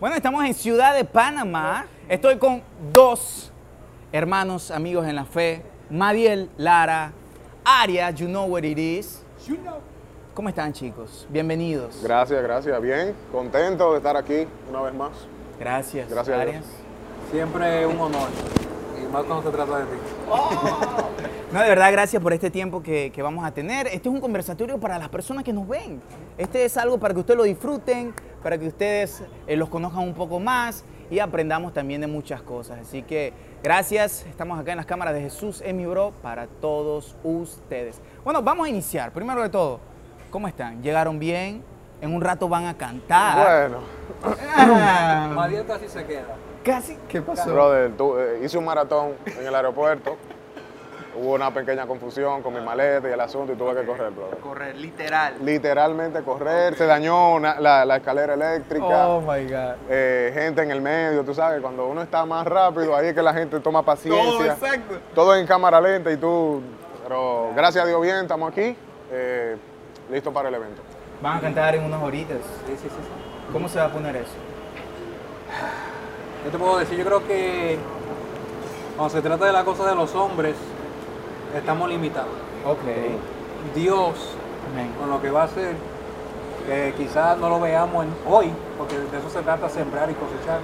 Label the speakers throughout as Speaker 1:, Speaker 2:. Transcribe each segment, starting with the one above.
Speaker 1: Bueno, estamos en Ciudad de Panamá. Estoy con dos hermanos, amigos en la fe. Madiel, Lara, Aria, you know what it is. ¿Cómo están chicos? Bienvenidos.
Speaker 2: Gracias, gracias. Bien, contento de estar aquí una vez más.
Speaker 1: Gracias.
Speaker 2: Gracias a
Speaker 1: Arias.
Speaker 2: Dios.
Speaker 3: Siempre es un honor. Y más cuando se trata de ti.
Speaker 1: No, de verdad, gracias por este tiempo que, que vamos a tener. Este es un conversatorio para las personas que nos ven. Este es algo para que ustedes lo disfruten, para que ustedes eh, los conozcan un poco más y aprendamos también de muchas cosas. Así que gracias. Estamos acá en las cámaras de Jesús en mi bro para todos ustedes. Bueno, vamos a iniciar. Primero de todo, ¿cómo están? ¿Llegaron bien? En un rato van a cantar.
Speaker 2: Bueno,
Speaker 1: Ah,
Speaker 3: María casi se queda.
Speaker 1: casi. ¿Qué pasó?
Speaker 2: brother, tú, eh, hice un maratón en el aeropuerto. Hubo una pequeña confusión con mi maleta y el asunto y tuve que correr, brother.
Speaker 4: Correr, literal.
Speaker 2: Literalmente correr, se dañó una- la, la escalera eléctrica,
Speaker 1: Oh my God.
Speaker 2: eh, gente en el medio, tú sabes, cuando uno está más rápido, ahí es que la gente toma paciencia.
Speaker 4: exacto.
Speaker 2: Todo en cámara lenta y tú, pero gracias a Dios bien, estamos aquí, eh, listo para el evento.
Speaker 1: Van a cantar en unas horitas.
Speaker 3: Sí, sí, sí, sí.
Speaker 1: ¿Cómo se va a poner eso?
Speaker 3: Yo te puedo decir, yo creo que cuando se trata de la cosa de los hombres, estamos limitados.
Speaker 1: Ok.
Speaker 3: Dios,
Speaker 1: Amén.
Speaker 3: con lo que va a hacer, que quizás no lo veamos en- hoy, porque de eso se trata sembrar y cosechar.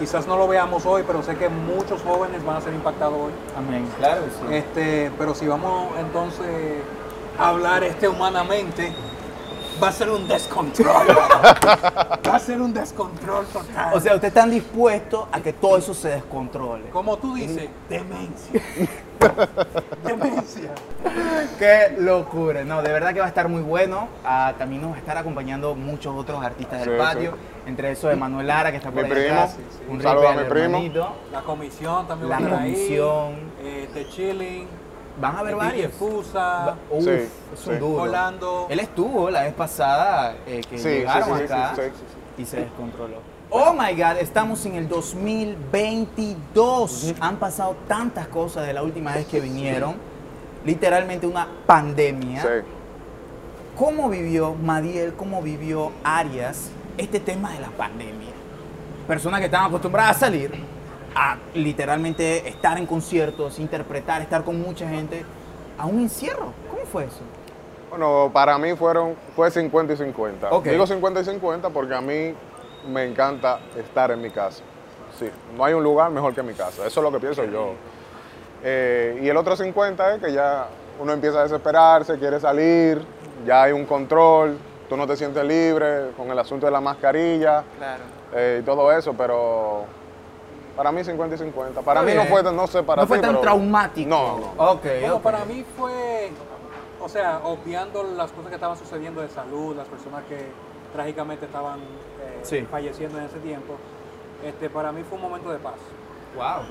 Speaker 3: Quizás no lo veamos hoy, pero sé que muchos jóvenes van a ser impactados hoy.
Speaker 1: Amén. Eh, Claro que sí.
Speaker 3: Este, pero si vamos entonces a hablar este humanamente, va a ser un descontrol. va a ser un descontrol total.
Speaker 1: O sea, ustedes están dispuestos a que todo eso se descontrole.
Speaker 3: como tú dices, demencia. demencia.
Speaker 1: ¡Qué locura! No, de verdad que va a estar muy bueno. Ah, también nos va a estar acompañando muchos otros artistas del
Speaker 2: Sí,
Speaker 1: patio.
Speaker 2: sí.
Speaker 1: Entre eso de Manuel Lara, que está por
Speaker 2: Mi
Speaker 1: ahí atrás.
Speaker 2: primo.
Speaker 3: Sí, sí.
Speaker 1: Un
Speaker 2: Saluda a
Speaker 1: rapper
Speaker 2: mi primo.
Speaker 1: hermanito.
Speaker 3: La comisión también
Speaker 1: La
Speaker 3: va a estar ahí.
Speaker 1: comisión.
Speaker 3: Eh, The Chilling.
Speaker 1: Van a haber
Speaker 3: el
Speaker 1: varios.
Speaker 3: DJ Fusa,
Speaker 1: Va- Uf,
Speaker 2: Sí,
Speaker 1: es un
Speaker 2: sí.
Speaker 1: duro.
Speaker 3: Orlando.
Speaker 1: Él estuvo la vez pasada eh, que
Speaker 2: Sí, sí,
Speaker 1: llegaron
Speaker 2: sí, sí,
Speaker 1: acá
Speaker 2: sí, sí, sí,
Speaker 1: y se descontroló. Oh my God, estamos en el 2022. Han pasado tantas cosas de la última vez que vinieron. Literalmente una pandemia.
Speaker 2: Sí.
Speaker 1: ¿Cómo vivió Madiel, cómo vivió Arias este tema de la pandemia? Personas que estaban acostumbradas a salir, a literalmente estar en conciertos, interpretar, estar con mucha gente, a un encierro. ¿Cómo fue eso?
Speaker 2: Bueno, para mí fueron, fue 50 y 50.
Speaker 1: Ok.
Speaker 2: Digo 50 y 50 porque a mí me encanta estar en mi casa. Sí, no hay un lugar mejor que mi casa. Eso es lo que pienso yo. Eh, y el otro 50 es que ya uno empieza a desesperarse, quiere salir, ya hay un control, tú no te sientes libre con el asunto de la mascarilla
Speaker 4: Claro.
Speaker 2: eh, y todo eso, pero para mí 50 y 50. Para
Speaker 1: Está
Speaker 2: mí no
Speaker 1: bien.
Speaker 2: fue, tan- no sé, para
Speaker 1: No fue
Speaker 2: ti,
Speaker 1: tan
Speaker 2: pero-
Speaker 1: traumático.
Speaker 2: No, no.
Speaker 1: Ok,
Speaker 3: Bueno,
Speaker 1: eh, ok.
Speaker 3: para mí fue, o sea, obviando las cosas que estaban sucediendo de salud, las personas que trágicamente estaban eh,
Speaker 1: Sí.
Speaker 3: falleciendo en ese tiempo, este, para mí fue un momento de paz.
Speaker 1: Wow.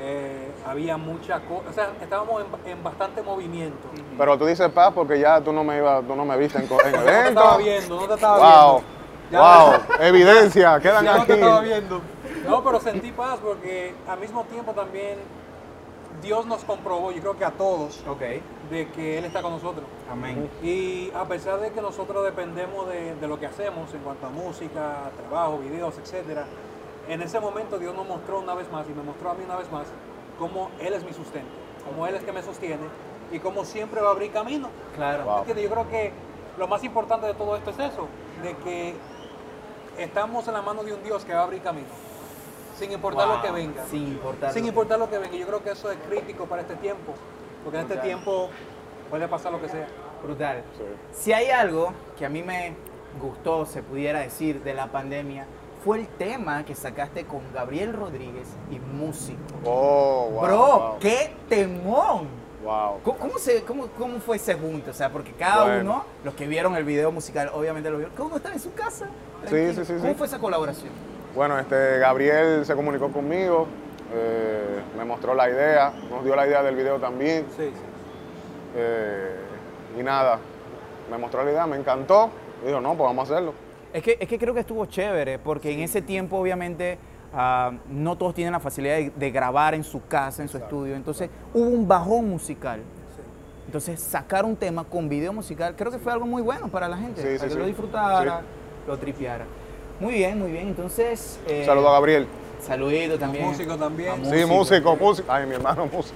Speaker 3: Eh, había mucha cosa, o sea, estábamos en, en bastante movimiento.
Speaker 2: Pero tú dices paz porque ya tú no me, ibas, tú no me viste en, co- en
Speaker 3: No te estaba
Speaker 2: eventos.
Speaker 3: viendo, no te estaba
Speaker 2: Wow,
Speaker 3: viendo. Ya
Speaker 2: wow, evidencia, quedan
Speaker 3: Ya no
Speaker 2: aquí.
Speaker 3: te estaba viendo. No, pero sentí paz porque al mismo tiempo también Dios nos comprobó, yo creo que a todos,
Speaker 1: Ok.
Speaker 3: de que Él está con nosotros.
Speaker 1: Amén.
Speaker 3: Y a pesar de que nosotros dependemos de, de lo que hacemos en cuanto a música, trabajo, videos, etcétera, en ese momento Dios nos mostró una vez más y me mostró a mí una vez más cómo Él es mi sustento, cómo Él es que me sostiene y cómo siempre va a abrir camino.
Speaker 1: Claro.
Speaker 2: Wow.
Speaker 3: ¿Entiendes? Yo creo que lo más importante de todo esto es eso, de que estamos en la mano de un Dios que va a abrir camino, sin importar lo
Speaker 1: Wow.
Speaker 3: que venga.
Speaker 1: Sin importar.
Speaker 3: Sin
Speaker 1: lo que-
Speaker 3: importar lo que venga, yo creo que eso es crítico para este tiempo, porque en este
Speaker 1: Total.
Speaker 3: tiempo puede pasar lo que sea.
Speaker 1: Brutal.
Speaker 2: Sí.
Speaker 1: Si hay algo que a mí me gustó, se pudiera decir, de la pandemia, fue el tema que sacaste con Gabriel Rodríguez y Músico.
Speaker 2: Oh, wow.
Speaker 1: Bro,
Speaker 2: wow,
Speaker 1: qué temón.
Speaker 2: wow.
Speaker 1: ¿Cómo, cómo se, cómo, cómo fue ese junto? O sea, porque cada
Speaker 2: Bueno.
Speaker 1: uno, los que vieron el video musical, obviamente lo vieron, cada uno estaba en su casa.
Speaker 2: Sí,
Speaker 1: tranquilo.
Speaker 2: sí, sí, sí.
Speaker 1: ¿Cómo fue esa colaboración?
Speaker 2: Bueno, este Gabriel se comunicó conmigo, eh, me mostró la idea, nos dio la idea del video también.
Speaker 3: Sí, sí.
Speaker 2: eh, y nada, me mostró la idea, me encantó. Y dijo, no, pues vamos a hacerlo.
Speaker 1: Es que, es que creo que estuvo chévere, porque en ese tiempo, obviamente, ah, no todos tienen la facilidad de, de grabar en su casa, en su estudio. Entonces, hubo un bajón musical. Entonces, sacar un tema con video musical, creo que fue algo muy bueno para la gente,
Speaker 2: Sí,
Speaker 1: para
Speaker 2: sí,
Speaker 1: que
Speaker 2: sí.
Speaker 1: lo disfrutara, lo tripeara. Muy bien, muy bien. Entonces. eh,
Speaker 2: Saludo a Gabriel.
Speaker 1: Saludito también.
Speaker 3: músicos también.
Speaker 1: A
Speaker 3: Sí,
Speaker 2: Sí, músico, músico. Ay, mi hermano, músico.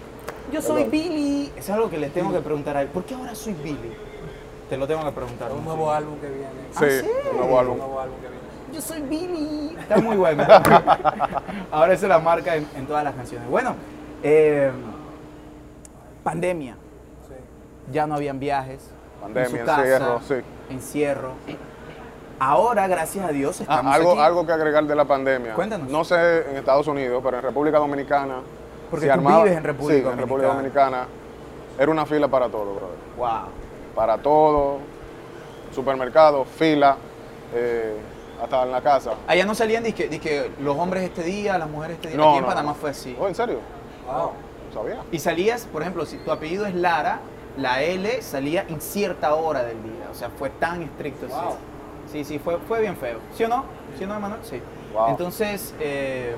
Speaker 1: Yo soy
Speaker 2: Perdón.
Speaker 1: Billy. Es algo que les tengo que preguntar a él. ¿Por qué ahora soy Billy? Te lo tengo que preguntar.
Speaker 3: Un
Speaker 1: no
Speaker 3: nuevo álbum que viene. Ah,
Speaker 2: Sí,
Speaker 1: ¿Ah, sí?
Speaker 2: un nuevo
Speaker 3: Un
Speaker 2: álbum.
Speaker 3: nuevo álbum que viene.
Speaker 1: Yo soy Billy. Está muy bueno. Ahora esa es la marca en, en todas las canciones. Bueno, eh, pandemia.
Speaker 3: Sí.
Speaker 1: Ya no habían viajes. en
Speaker 2: Pandemia,
Speaker 1: su casa,
Speaker 2: encierro, sí.
Speaker 1: Encierro. Ahora, gracias a Dios,
Speaker 2: Ah,
Speaker 1: estamos
Speaker 2: algo,
Speaker 1: aquí.
Speaker 2: algo que agregar de la pandemia.
Speaker 1: Cuéntanos.
Speaker 2: No sé en Estados Unidos, pero en República Dominicana.
Speaker 1: Porque
Speaker 2: se
Speaker 1: tú
Speaker 2: armaba-
Speaker 1: vives en República
Speaker 2: sí, en República Dominicana. Era una fila para todo, brother.
Speaker 1: Wow.
Speaker 2: Para todo. Supermercado, fila. eh, hasta en la casa.
Speaker 1: Allá no salían disque, disque los hombres este día, las mujeres este día.
Speaker 2: No,
Speaker 1: aquí en
Speaker 2: no,
Speaker 1: Panamá
Speaker 2: no.
Speaker 1: fue así.
Speaker 2: Oh, ¿en serio?
Speaker 3: Wow.
Speaker 2: No sabía.
Speaker 1: Y salías, por ejemplo, si tu apellido es Lara, la L salía en cierta hora del día. O sea, fue tan estricto. sí.
Speaker 3: Wow.
Speaker 1: Sí, sí, fue, fue bien feo. ¿Sí o no? ¿Sí o no, hermano? Sí.
Speaker 2: Wow.
Speaker 1: Entonces, eh,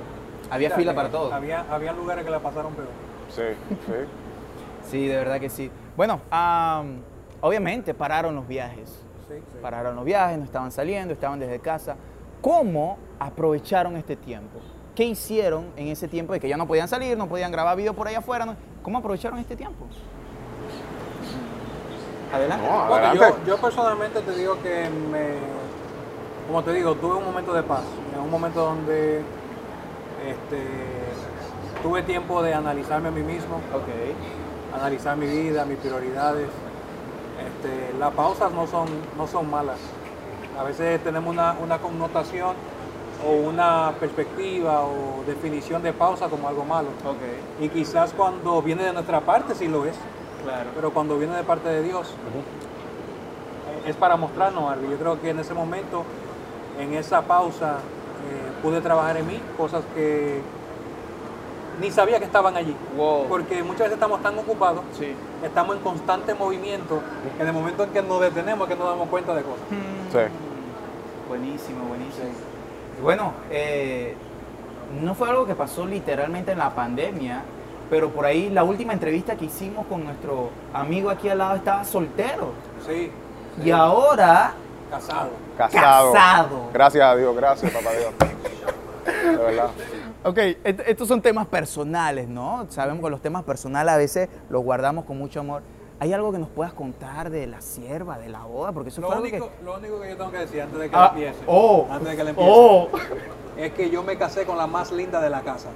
Speaker 1: había
Speaker 3: Ya,
Speaker 1: fila
Speaker 3: que
Speaker 1: para todo.
Speaker 3: eh, Había, había lugares que la pasaron peor.
Speaker 2: Sí, sí.
Speaker 1: Sí, de verdad que sí. Bueno, am, obviamente pararon los viajes.
Speaker 3: Sí, sí.
Speaker 1: Pararon los viajes, no estaban saliendo, estaban desde casa. ¿Cómo aprovecharon este tiempo? ¿Qué hicieron en ese tiempo de que ya no podían salir, no podían grabar videos por ahí afuera? no- ¿Cómo aprovecharon este tiempo? Adelante.
Speaker 2: No,
Speaker 3: Bueno,
Speaker 2: adelante.
Speaker 3: yo, yo personalmente te digo que me, como te digo, tuve un momento de paz, eh, un momento donde este, tuve tiempo de analizarme a mí mismo,
Speaker 1: Ok.
Speaker 3: analizar mi vida, mis prioridades. Este, las pausas no son, no son malas. A veces tenemos una, una connotación o una perspectiva o definición de pausa como algo malo.
Speaker 1: Ok,
Speaker 3: Y quizás cuando viene de nuestra parte sí lo es,
Speaker 1: claro.
Speaker 3: pero cuando viene de parte de Dios, eh, es para mostrarnos algo. Yo creo que en ese momento, en esa pausa, eh, pude trabajar en mí, cosas que ni sabía que estaban allí.
Speaker 1: Wow.
Speaker 3: Porque muchas veces estamos tan ocupados,
Speaker 1: Sí.
Speaker 3: estamos en constante movimiento, que en el momento en que nos detenemos, que nos damos cuenta de cosas.
Speaker 2: Sí.
Speaker 1: Buenísimo, buenísimo. Bueno, eh, no fue algo que pasó literalmente en la pandemia, pero por ahí la última entrevista que hicimos con nuestro amigo aquí al lado estaba soltero.
Speaker 3: Sí,
Speaker 1: Y ahora,
Speaker 3: casado.
Speaker 2: Casado.
Speaker 1: Casado.
Speaker 2: Gracias a Dios, gracias, papá Dios. De verdad.
Speaker 1: ok, est- estos son temas personales, ¿no? Sabemos que los temas personales a veces los guardamos con mucho amor. ¿Hay algo que nos puedas contar de la sierva, de la boda? Porque eso
Speaker 3: Lo
Speaker 1: fue
Speaker 3: único,
Speaker 1: algo que...
Speaker 3: lo único que yo tengo que decir antes de que
Speaker 1: Ah,
Speaker 3: le empiece,
Speaker 1: oh,
Speaker 3: antes de que le empiece,
Speaker 1: oh,
Speaker 3: es que yo me casé con la más linda de la casa.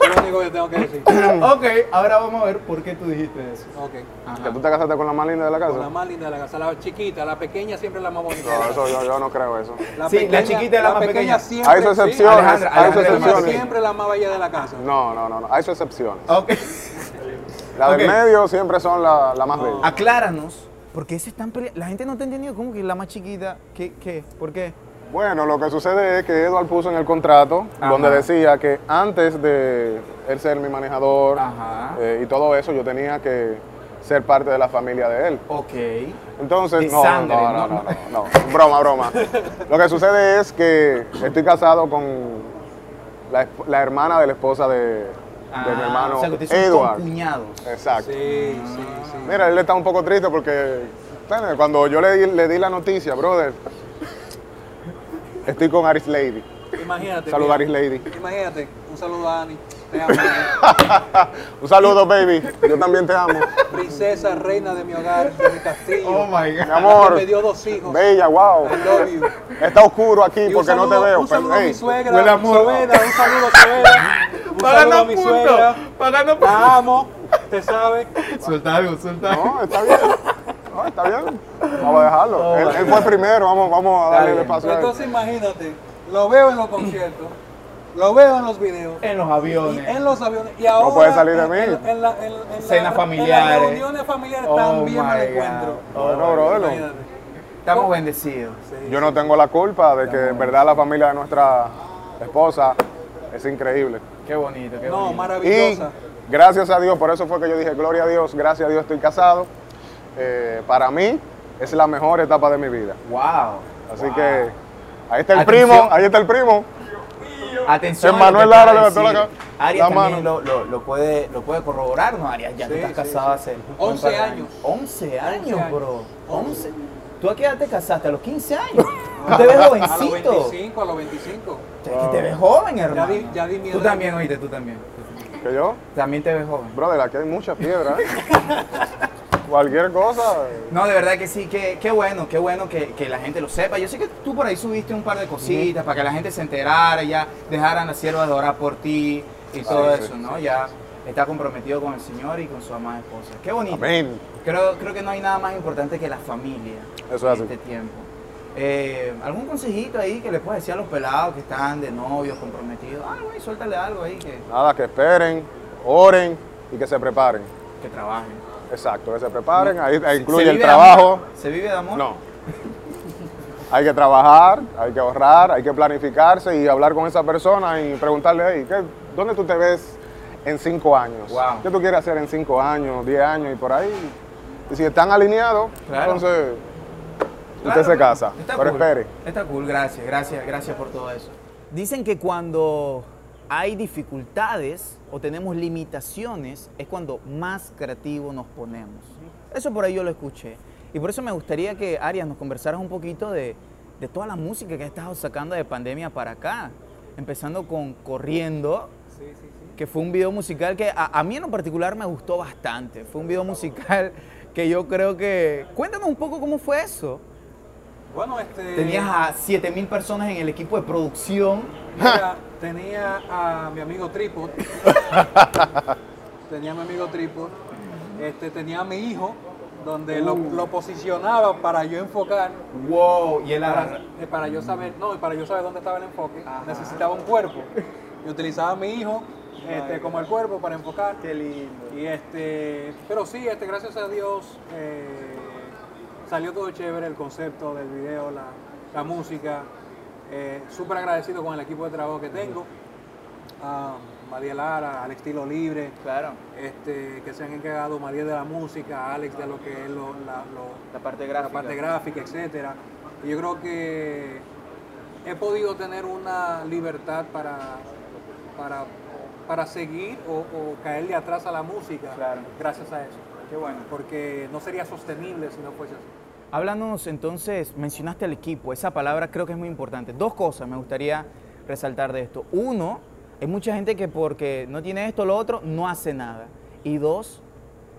Speaker 3: Es lo único que tengo que decir.
Speaker 1: ok, ahora vamos a ver por qué tú dijiste eso.
Speaker 3: Ok.
Speaker 2: ¿Que tú te casaste con la más linda de la
Speaker 3: Con la
Speaker 2: casa?
Speaker 3: más linda de la casa, la chiquita, la pequeña siempre es la más bonita.
Speaker 2: No, eso yo, yo no creo eso.
Speaker 1: Sí, la chiquita es la más pequeña.
Speaker 3: siempre.
Speaker 2: Hay sus
Speaker 3: sí,
Speaker 2: excepciones,
Speaker 1: Alejandra,
Speaker 2: hay sus
Speaker 1: Alejandra,
Speaker 3: la más-
Speaker 1: excepciones.
Speaker 3: siempre la más bella de la casa.
Speaker 2: No, no, no, no. Hay sus excepciones.
Speaker 1: Ok.
Speaker 2: Las
Speaker 1: Ok. Ah.
Speaker 2: del medio siempre son la, la más
Speaker 3: No.
Speaker 2: bella.
Speaker 1: Acláranos, porque eso están pele- La gente no te ha entendido cómo que la más chiquita. ¿Qué? qué? ¿Por qué?
Speaker 2: Bueno, lo que sucede es que Eduard puso en el contrato
Speaker 1: Ajá.
Speaker 2: donde decía que antes de él ser mi manejador
Speaker 1: Ajá.
Speaker 2: eh, y todo eso, yo tenía que ser parte de la familia de él.
Speaker 1: Ok. De
Speaker 2: Entonces, no,
Speaker 1: sangre, no,
Speaker 2: no, no, no, no, no. broma, broma. Lo que sucede es que estoy casado con la, esp- la hermana de la esposa de, de mi hermano
Speaker 1: Ah, o sea, que ustedes son
Speaker 2: Edward.
Speaker 1: cuñados.
Speaker 2: Exacto.
Speaker 3: Sí, sí, sí.
Speaker 2: Mira, él está un poco triste porque bueno, cuando yo le di, le di la noticia, brother, estoy con Aris Lady.
Speaker 3: Imagínate.
Speaker 2: Saludos,
Speaker 3: mira,
Speaker 2: Aris Lady.
Speaker 3: Imagínate, un saludo a Ani. Te amo.
Speaker 2: Un saludo, baby. Yo también te amo.
Speaker 3: Princesa, reina de mi hogar, de mi castillo.
Speaker 1: Oh my
Speaker 2: Mi
Speaker 1: God.
Speaker 2: amor.
Speaker 3: Me dio dos hijos.
Speaker 2: Bella, wow.
Speaker 3: I love you.
Speaker 2: Está oscuro aquí
Speaker 3: Y un
Speaker 2: porque no te
Speaker 3: saludo-
Speaker 2: veo.
Speaker 3: Un saludo
Speaker 2: pero,
Speaker 3: a mi
Speaker 2: hey,
Speaker 3: suegra,
Speaker 1: buen amor.
Speaker 3: Sobeida, un saludo a Sobeida, un saludo a mi suegra. Ah,
Speaker 1: Pagando
Speaker 3: La amo, te sabe.
Speaker 1: Suelta algo, suelta algo.
Speaker 2: No, está bien. No, está bien. Vamos a dejarlo.
Speaker 1: Oh,
Speaker 2: él,
Speaker 1: my
Speaker 2: él
Speaker 1: God.
Speaker 2: fue primero, vamos, vamos a
Speaker 1: Está
Speaker 2: darle el
Speaker 1: bien.
Speaker 2: espacio. a él.
Speaker 3: Entonces imagínate, lo veo en los conciertos, lo veo en los videos,
Speaker 1: En los
Speaker 3: y
Speaker 1: aviones.
Speaker 3: en los aviones, y ahora
Speaker 2: Eh, puede salir de mí.
Speaker 3: En, en la- en- en la-
Speaker 1: Cenas
Speaker 3: En
Speaker 1: familiares.
Speaker 3: las reuniones familiares
Speaker 1: Oh
Speaker 3: también me
Speaker 1: my
Speaker 3: la
Speaker 1: God. Oh,
Speaker 3: encuentro.
Speaker 2: Bueno, Oh, brother, lo-
Speaker 3: Imagínate.
Speaker 1: Estamos bendecidos.
Speaker 3: Sí,
Speaker 2: yo no tengo la culpa de que en verdad la familia de nuestra esposa es increíble.
Speaker 1: Qué bonito, qué
Speaker 3: No,
Speaker 1: bonito.
Speaker 2: Y
Speaker 3: maravillosa.
Speaker 2: gracias a Dios, por eso fue que yo dije, gloria a Dios, gracias a Dios estoy casado. Eh, para mí es la mejor etapa de mi vida.
Speaker 1: Wow.
Speaker 2: Así que ahí está el
Speaker 1: Atención.
Speaker 2: primo, ahí está el primo.
Speaker 1: Atención. a lo
Speaker 2: Manuel
Speaker 1: que acaba
Speaker 2: Lara
Speaker 1: de
Speaker 2: levantó la
Speaker 1: decir.
Speaker 2: ca-
Speaker 1: Arias
Speaker 2: la
Speaker 1: también
Speaker 2: mano.
Speaker 1: lo, lo, lo puede, lo puede corroborar, ¿no, Arias? Ya tú
Speaker 3: Sí,
Speaker 1: estás
Speaker 3: sí,
Speaker 1: casado
Speaker 3: sí.
Speaker 1: hace. un
Speaker 3: 11
Speaker 1: par de
Speaker 3: años.
Speaker 1: 11 años,
Speaker 3: años.
Speaker 1: bro. 11. ¿Tú ¿Tú a qué edad te casaste? A los 15 años. Tú te ves jovencito.
Speaker 3: A los 25, a los 25.
Speaker 1: Es que te ves joven, hermano.
Speaker 3: di- ya di mi
Speaker 1: tú
Speaker 3: edad.
Speaker 1: también, oíste, tú también.
Speaker 2: ¿Que yo?
Speaker 1: También te ves joven.
Speaker 2: Brother, aquí hay muchas piedras. Cualquier cosa. eh.
Speaker 1: No, de verdad que sí, que- qué bueno, qué bueno que, que la gente lo sepa. Yo sé que tú por ahí subiste un par de cositas para que la gente se enterara, ya dejaran las siervas de orar por ti y todo
Speaker 2: sí,
Speaker 1: eso, ¿no? ya está comprometido con el Señor y con su amada esposa. Qué bonito.
Speaker 2: Amén.
Speaker 1: Creo, creo que no hay nada más importante que la familia
Speaker 2: Eso es
Speaker 1: en
Speaker 2: así.
Speaker 1: este tiempo. Eh, ¿Algún consejito ahí que le puedas decir a los pelados que están de novios, comprometidos? Algo ahí, suéltale algo ahí que,
Speaker 2: Nada, que esperen, oren y que se preparen.
Speaker 1: que trabajen.
Speaker 2: Exacto, que se preparen. Ahí ahí
Speaker 1: ¿Se-
Speaker 2: incluye
Speaker 1: se
Speaker 2: el
Speaker 1: vive de amor?
Speaker 2: trabajo.
Speaker 1: ¿Se vive de amor?
Speaker 2: No. Hay que trabajar, hay que ahorrar, hay que planificarse y hablar con esa persona y preguntarle, "Hey, ¿qué- ¿dónde tú te ves en cinco años?
Speaker 1: Wow.
Speaker 2: ¿Qué tú quieres hacer en cinco años, diez años y por ahí? Y si están alineados,
Speaker 1: Claro.
Speaker 2: entonces
Speaker 1: Claro,
Speaker 2: usted se casa.
Speaker 1: Está
Speaker 2: Pero
Speaker 1: cool.
Speaker 2: espere.
Speaker 1: Está cool, gracias, gracias, gracias por todo eso. Dicen que cuando hay dificultades o tenemos limitaciones es cuando más creativos nos ponemos. Eso por ahí yo lo escuché. Y por eso me gustaría que Arias nos conversaras un poquito de, de toda la música que has estado sacando de pandemia para acá. Empezando con Corriendo,
Speaker 3: Sí, sí, sí.
Speaker 1: que fue un video musical que a, a mí en lo particular me gustó bastante. Fue un video musical que yo creo que... Cuéntanos un poco cómo fue eso.
Speaker 3: Bueno, este.
Speaker 1: Tenías a 7000 personas en el equipo de producción.
Speaker 3: Mira, tenía a mi amigo Tripod. tenía a mi amigo Tripod. Este, tenía a mi hijo, donde lo,
Speaker 1: Uh.
Speaker 3: lo posicionaba para yo enfocar.
Speaker 1: Wow, y él
Speaker 3: Para,
Speaker 1: agarra-
Speaker 3: eh, para yo saber, no, y para yo saber dónde estaba el enfoque, necesitaba un cuerpo. Yo utilizaba a mi hijo este, como el cuerpo para enfocar.
Speaker 1: Qué lindo.
Speaker 3: Y este, pero sí, este, gracias a Dios eh, salió todo chévere el concepto del video, la, la música. Eh, Súper agradecido con el equipo de trabajo que tengo. A María Lara, al estilo libre,
Speaker 1: Claro,
Speaker 3: este, que se han encargado María de la música, Alex de lo que es lo- la- lo-
Speaker 1: la parte
Speaker 3: la parte gráfica, etcétera. Y yo creo que he podido tener una libertad para, para, para seguir o, o caerle atrás a la música
Speaker 1: Claro.
Speaker 3: gracias a eso.
Speaker 1: Qué bueno.
Speaker 3: Porque no sería sostenible si no fuese así.
Speaker 1: Háblanos entonces, mencionaste al equipo, esa palabra creo que es muy importante. Dos cosas me gustaría resaltar de esto. Uno, hay mucha gente que porque no tiene esto o lo otro, no hace nada. Y dos,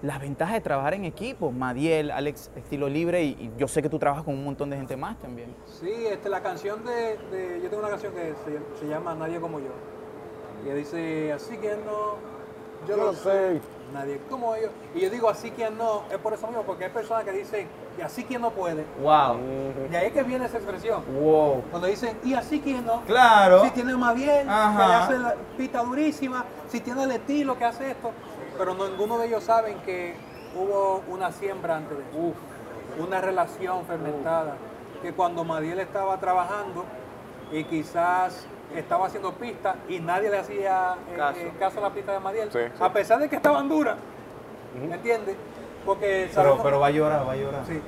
Speaker 1: las ventajas de trabajar en equipo. Madiel, Alex, estilo libre, y, y yo sé que tú trabajas con un montón de gente más también.
Speaker 3: Sí, este, la canción de, de- Yo tengo una canción que se, se llama Nadie como yo. Y dice, así que no. Yo,
Speaker 2: Yo
Speaker 3: no
Speaker 2: lo sé.
Speaker 3: Nadie como ellos. Y yo digo, así que no. Es por eso mismo, porque hay personas que dicen, y así que no puede.
Speaker 1: Wow,
Speaker 3: De ahí es que viene esa expresión.
Speaker 1: wow.
Speaker 3: Cuando dicen, y así que no.
Speaker 1: Claro.
Speaker 3: Si tiene más bien,
Speaker 1: Ajá.
Speaker 3: que le hace la pita durísima, si tiene el estilo que hace esto. Pero ninguno de ellos saben que hubo una siembra antes de eso. Una relación fermentada. Que cuando Madiel estaba trabajando y quizás estaba haciendo pistas y nadie le hacía eh, eh,
Speaker 1: Caso.
Speaker 3: caso. a la pista de Madiel,
Speaker 2: Sí.
Speaker 3: a pesar de que estaban duras, ¿me entiendes? Porque
Speaker 1: Pero,
Speaker 3: sabemos-
Speaker 1: pero va a llorar, va a llorar.
Speaker 3: Sí.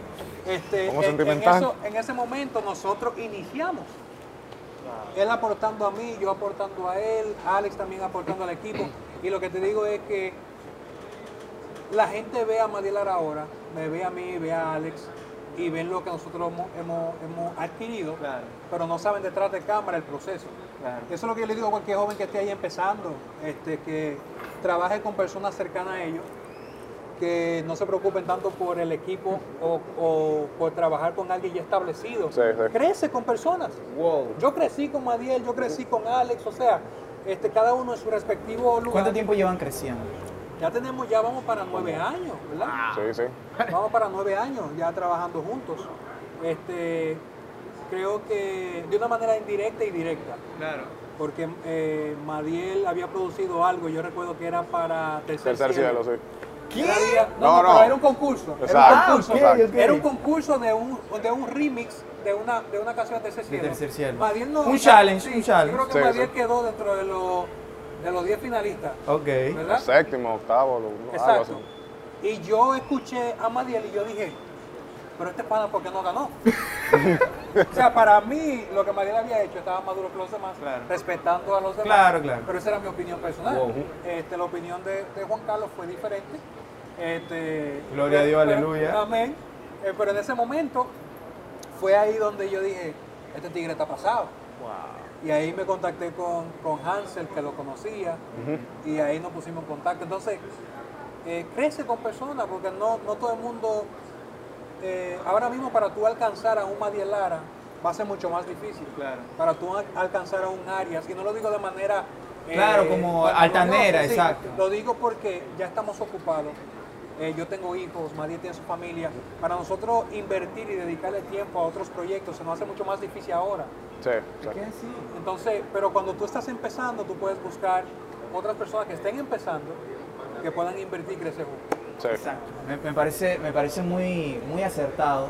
Speaker 3: Este,
Speaker 2: Como
Speaker 3: en, en
Speaker 2: sentimental.
Speaker 3: eso- en ese momento nosotros iniciamos. Él aportando a mí, yo aportando a él, Alex también aportando al equipo. Y lo que te digo es que la gente ve a Madilar ahora, me ve a mí, ve a Alex y ven lo que nosotros hemos, hemos- hemos adquirido,
Speaker 1: Claro.
Speaker 3: pero no saben detrás de cámara el proceso.
Speaker 1: Claro.
Speaker 3: Eso es lo que yo le digo a cualquier joven que esté ahí empezando, este, que trabaje con personas cercanas a ellos, que no se preocupen tanto por el equipo o, o por trabajar con alguien ya establecido.
Speaker 2: Sí, sí.
Speaker 3: Crece con personas.
Speaker 1: Wow.
Speaker 3: Yo crecí con Madiel, yo crecí con Alex, o sea, este, cada uno en su respectivo lugar.
Speaker 1: ¿Cuánto tiempo llevan creciendo?
Speaker 3: Ya tenemos, ya vamos para nueve años, ¿verdad?
Speaker 1: Ah.
Speaker 2: Sí, sí.
Speaker 3: Vamos para nueve años ya trabajando juntos. Este, creo que de una manera indirecta y directa,
Speaker 1: Claro.
Speaker 3: porque eh, Madiel había producido algo, yo recuerdo que era para Tercer,
Speaker 2: Tercer cielo, sí.
Speaker 1: ¿Qué?
Speaker 3: Era día-
Speaker 2: No,
Speaker 3: No, no,
Speaker 2: no.
Speaker 3: pero era un concurso. Era un
Speaker 2: Exacto,
Speaker 3: concurso,
Speaker 2: exacto.
Speaker 1: Ah, ok.
Speaker 3: Ah, Era un concurso de un, de un remix de una, de una canción de Tercer Cielo.
Speaker 1: Tercer Cielo.
Speaker 3: Madiel no-
Speaker 1: Un challenge, un challenge.
Speaker 3: Creo que
Speaker 2: Sí,
Speaker 3: Madiel
Speaker 2: sí.
Speaker 3: quedó dentro de los de los 10 finalistas,
Speaker 1: Ok.
Speaker 3: ¿verdad?
Speaker 2: Séptimo, octavo, lo- algo así.
Speaker 3: Exacto. Y yo escuché a Madiel y yo dije, pero este pana, ¿por qué no ganó? o sea, para mí, lo que Madiel había hecho estaba maduro que los demás,
Speaker 1: Claro.
Speaker 3: respetando a los demás.
Speaker 1: Claro, claro.
Speaker 3: Pero esa era mi opinión personal.
Speaker 1: Wow.
Speaker 3: Este, la opinión de, de Juan Carlos fue diferente. Este,
Speaker 1: Gloria a Dios,
Speaker 3: pero-
Speaker 1: aleluya.
Speaker 3: Amén. Eh, pero en ese momento, fue ahí donde yo dije, este tigre está pasado. Y ahí me contacté con, con Hansel, que lo conocía, y ahí nos pusimos en contacto. Entonces, eh, crece con personas, porque no, no todo el mundo, eh, ahora mismo para tú alcanzar a un Madiel Lara, va a ser mucho más difícil.
Speaker 4: Claro.
Speaker 3: Para tú al- alcanzar a un Arias, y no lo digo de manera... eh,
Speaker 1: Claro, como
Speaker 3: bueno,
Speaker 1: altanera,
Speaker 3: no, sí,
Speaker 1: exacto.
Speaker 3: Lo digo porque ya estamos ocupados. Eh, yo tengo hijos, Madiel tiene su familia. Para nosotros invertir y dedicarle tiempo a otros proyectos se nos hace mucho más difícil ahora.
Speaker 2: Sí, sí.
Speaker 1: ¿Qué? Sí.
Speaker 3: Entonces, pero cuando tú estás empezando, tú puedes buscar otras personas que estén empezando que puedan invertir y crecer juntos.
Speaker 2: sí.
Speaker 1: Exacto. Me, me parece, me parece muy, muy acertado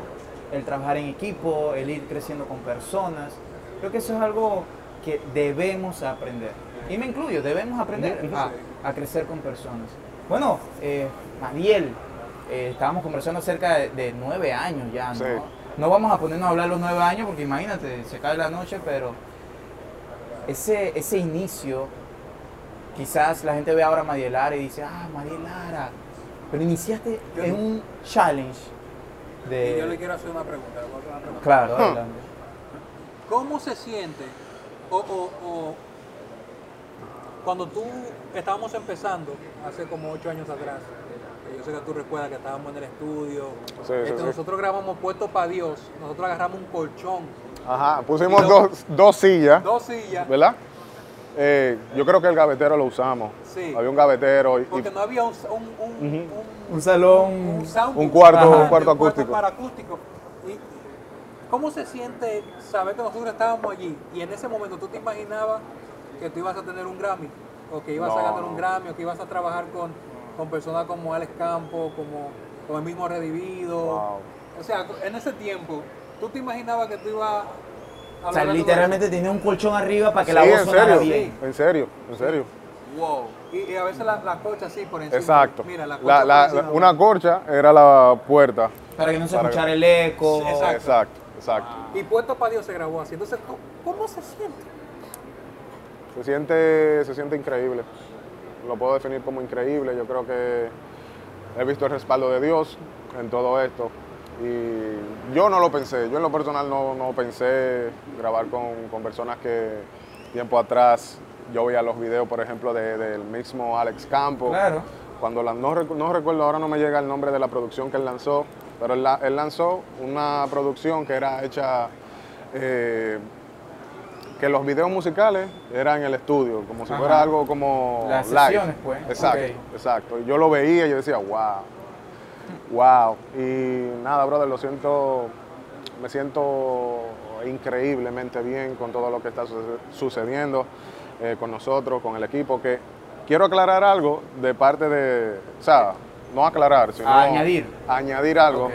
Speaker 1: el trabajar en equipo, el ir creciendo con personas. Creo que eso es algo que debemos aprender. Y me incluyo, debemos aprender a, a crecer con personas. Bueno, eh, Mariel, eh, estábamos conversando acerca de, de nueve años ya, ¿no?
Speaker 2: Sí.
Speaker 1: No vamos a ponernos a hablar los nueve años porque imagínate, se cae la noche, pero ese, ese inicio, quizás la gente ve ahora a Mariel Lara y dice, ah, Mariel Lara, pero iniciaste
Speaker 3: Yo
Speaker 1: en
Speaker 3: no.
Speaker 1: un challenge de...
Speaker 2: Eh,
Speaker 3: Y yo le quiero hacer una pregunta. le voy a hacer una pregunta.
Speaker 1: Claro,
Speaker 2: Hmm.
Speaker 1: adelante.
Speaker 3: ¿Cómo se siente o, o- o cuando tú estábamos empezando hace como ocho años atrás? que Yo sé que tú recuerdas que estábamos en el estudio.
Speaker 2: Sí,
Speaker 3: este,
Speaker 2: sí, sí.
Speaker 3: Nosotros grabamos Puesto para Dios. Nosotros agarramos un colchón,
Speaker 2: Ajá, pusimos
Speaker 3: Y lo-
Speaker 2: dos, dos sillas,
Speaker 3: dos sillas,
Speaker 2: ¿verdad? Eh, yo creo que el gavetero lo usamos.
Speaker 3: Sí.
Speaker 2: Había un gavetero y, y-
Speaker 3: porque no había un, un- un- un-
Speaker 1: Un salón-
Speaker 3: sound-
Speaker 2: Un cuarto-
Speaker 1: un
Speaker 3: Ajá.
Speaker 2: cuarto acústico.
Speaker 3: para acústico. Y- ¿Cómo se siente saber que nosotros estábamos allí y en ese momento tú te imaginabas que tú ibas a tener un Grammy o que ibas a
Speaker 2: No,
Speaker 3: ganar
Speaker 2: no.
Speaker 3: un Grammy o que ibas a trabajar con, con personas como Alex Campo, como, como el mismo Redivido?
Speaker 2: Wow.
Speaker 3: O sea, en ese tiempo, ¿tú te imaginabas que tú ibas a...
Speaker 1: O sea,
Speaker 3: lograr
Speaker 1: literalmente tenía un colchón arriba para que
Speaker 2: Sí,
Speaker 1: la voz
Speaker 2: en
Speaker 1: sonara
Speaker 2: serio,
Speaker 1: bien.
Speaker 2: en serio, en serio.
Speaker 4: Wow.
Speaker 3: Y, y a veces la, la cocha así por encima.
Speaker 2: Exacto.
Speaker 3: Mira, la
Speaker 2: La-
Speaker 3: cocha
Speaker 2: la-
Speaker 3: por encima.
Speaker 2: una corcha era la puerta.
Speaker 1: Para que no se
Speaker 2: Para-
Speaker 1: escuchara el eco.
Speaker 3: Sí, exacto.
Speaker 2: Exacto, exacto.
Speaker 3: Y Puesto para Dios se grabó así. Entonces, ¿cómo, cómo se siente?
Speaker 2: Se siente, se siente increíble. Lo puedo definir como increíble. Yo creo que he visto el respaldo de Dios en todo esto. Y yo no lo pensé. Yo en lo personal no, no pensé grabar con, con personas que tiempo atrás yo veía los videos, por ejemplo, de- del mismo Alex Campo.
Speaker 1: Claro.
Speaker 2: Cuando la- no, recu- no recuerdo, ahora no me llega el nombre de la producción que él lanzó, pero él, la- él lanzó una producción que era hecha eh, que los videos musicales eran en el estudio, como si
Speaker 1: Ajá.
Speaker 2: fuera algo como
Speaker 1: Las
Speaker 2: live.
Speaker 1: sesiones, pues.
Speaker 2: Exacto,
Speaker 1: Ok.
Speaker 2: exacto. Y Yo lo veía y yo decía, wow, wow. Y nada, brother, lo siento, me siento increíblemente bien con todo lo que está suce- sucediendo eh, con nosotros, con el equipo, que quiero aclarar algo de parte de, o sea, no aclarar, sino
Speaker 1: Añadir.
Speaker 2: añadir algo.
Speaker 1: Ok.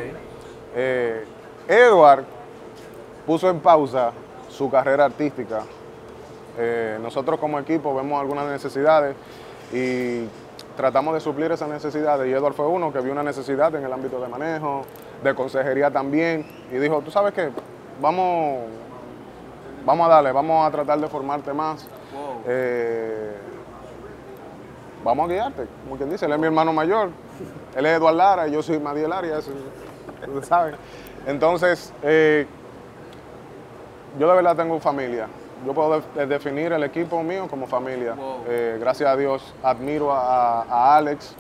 Speaker 2: Eh, Edward puso en pausa su carrera artística. Eh, nosotros como equipo vemos algunas necesidades y tratamos de suplir esas necesidades. Y Edward fue uno que vio una necesidad en el ámbito de manejo, de consejería también, y dijo, tú sabes qué, vamos, vamos a darle, vamos a tratar de formarte más.
Speaker 4: Wow.
Speaker 2: Eh, vamos a guiarte, como quien dice, él es mi hermano mayor, él es Eduard Lara, y yo soy Madiel Arias, tú ¿sabes? Entonces, eh, yo de verdad tengo familia, yo puedo de- definir el equipo mío como familia,
Speaker 4: Wow.
Speaker 2: Eh, gracias a Dios admiro a, a Alex,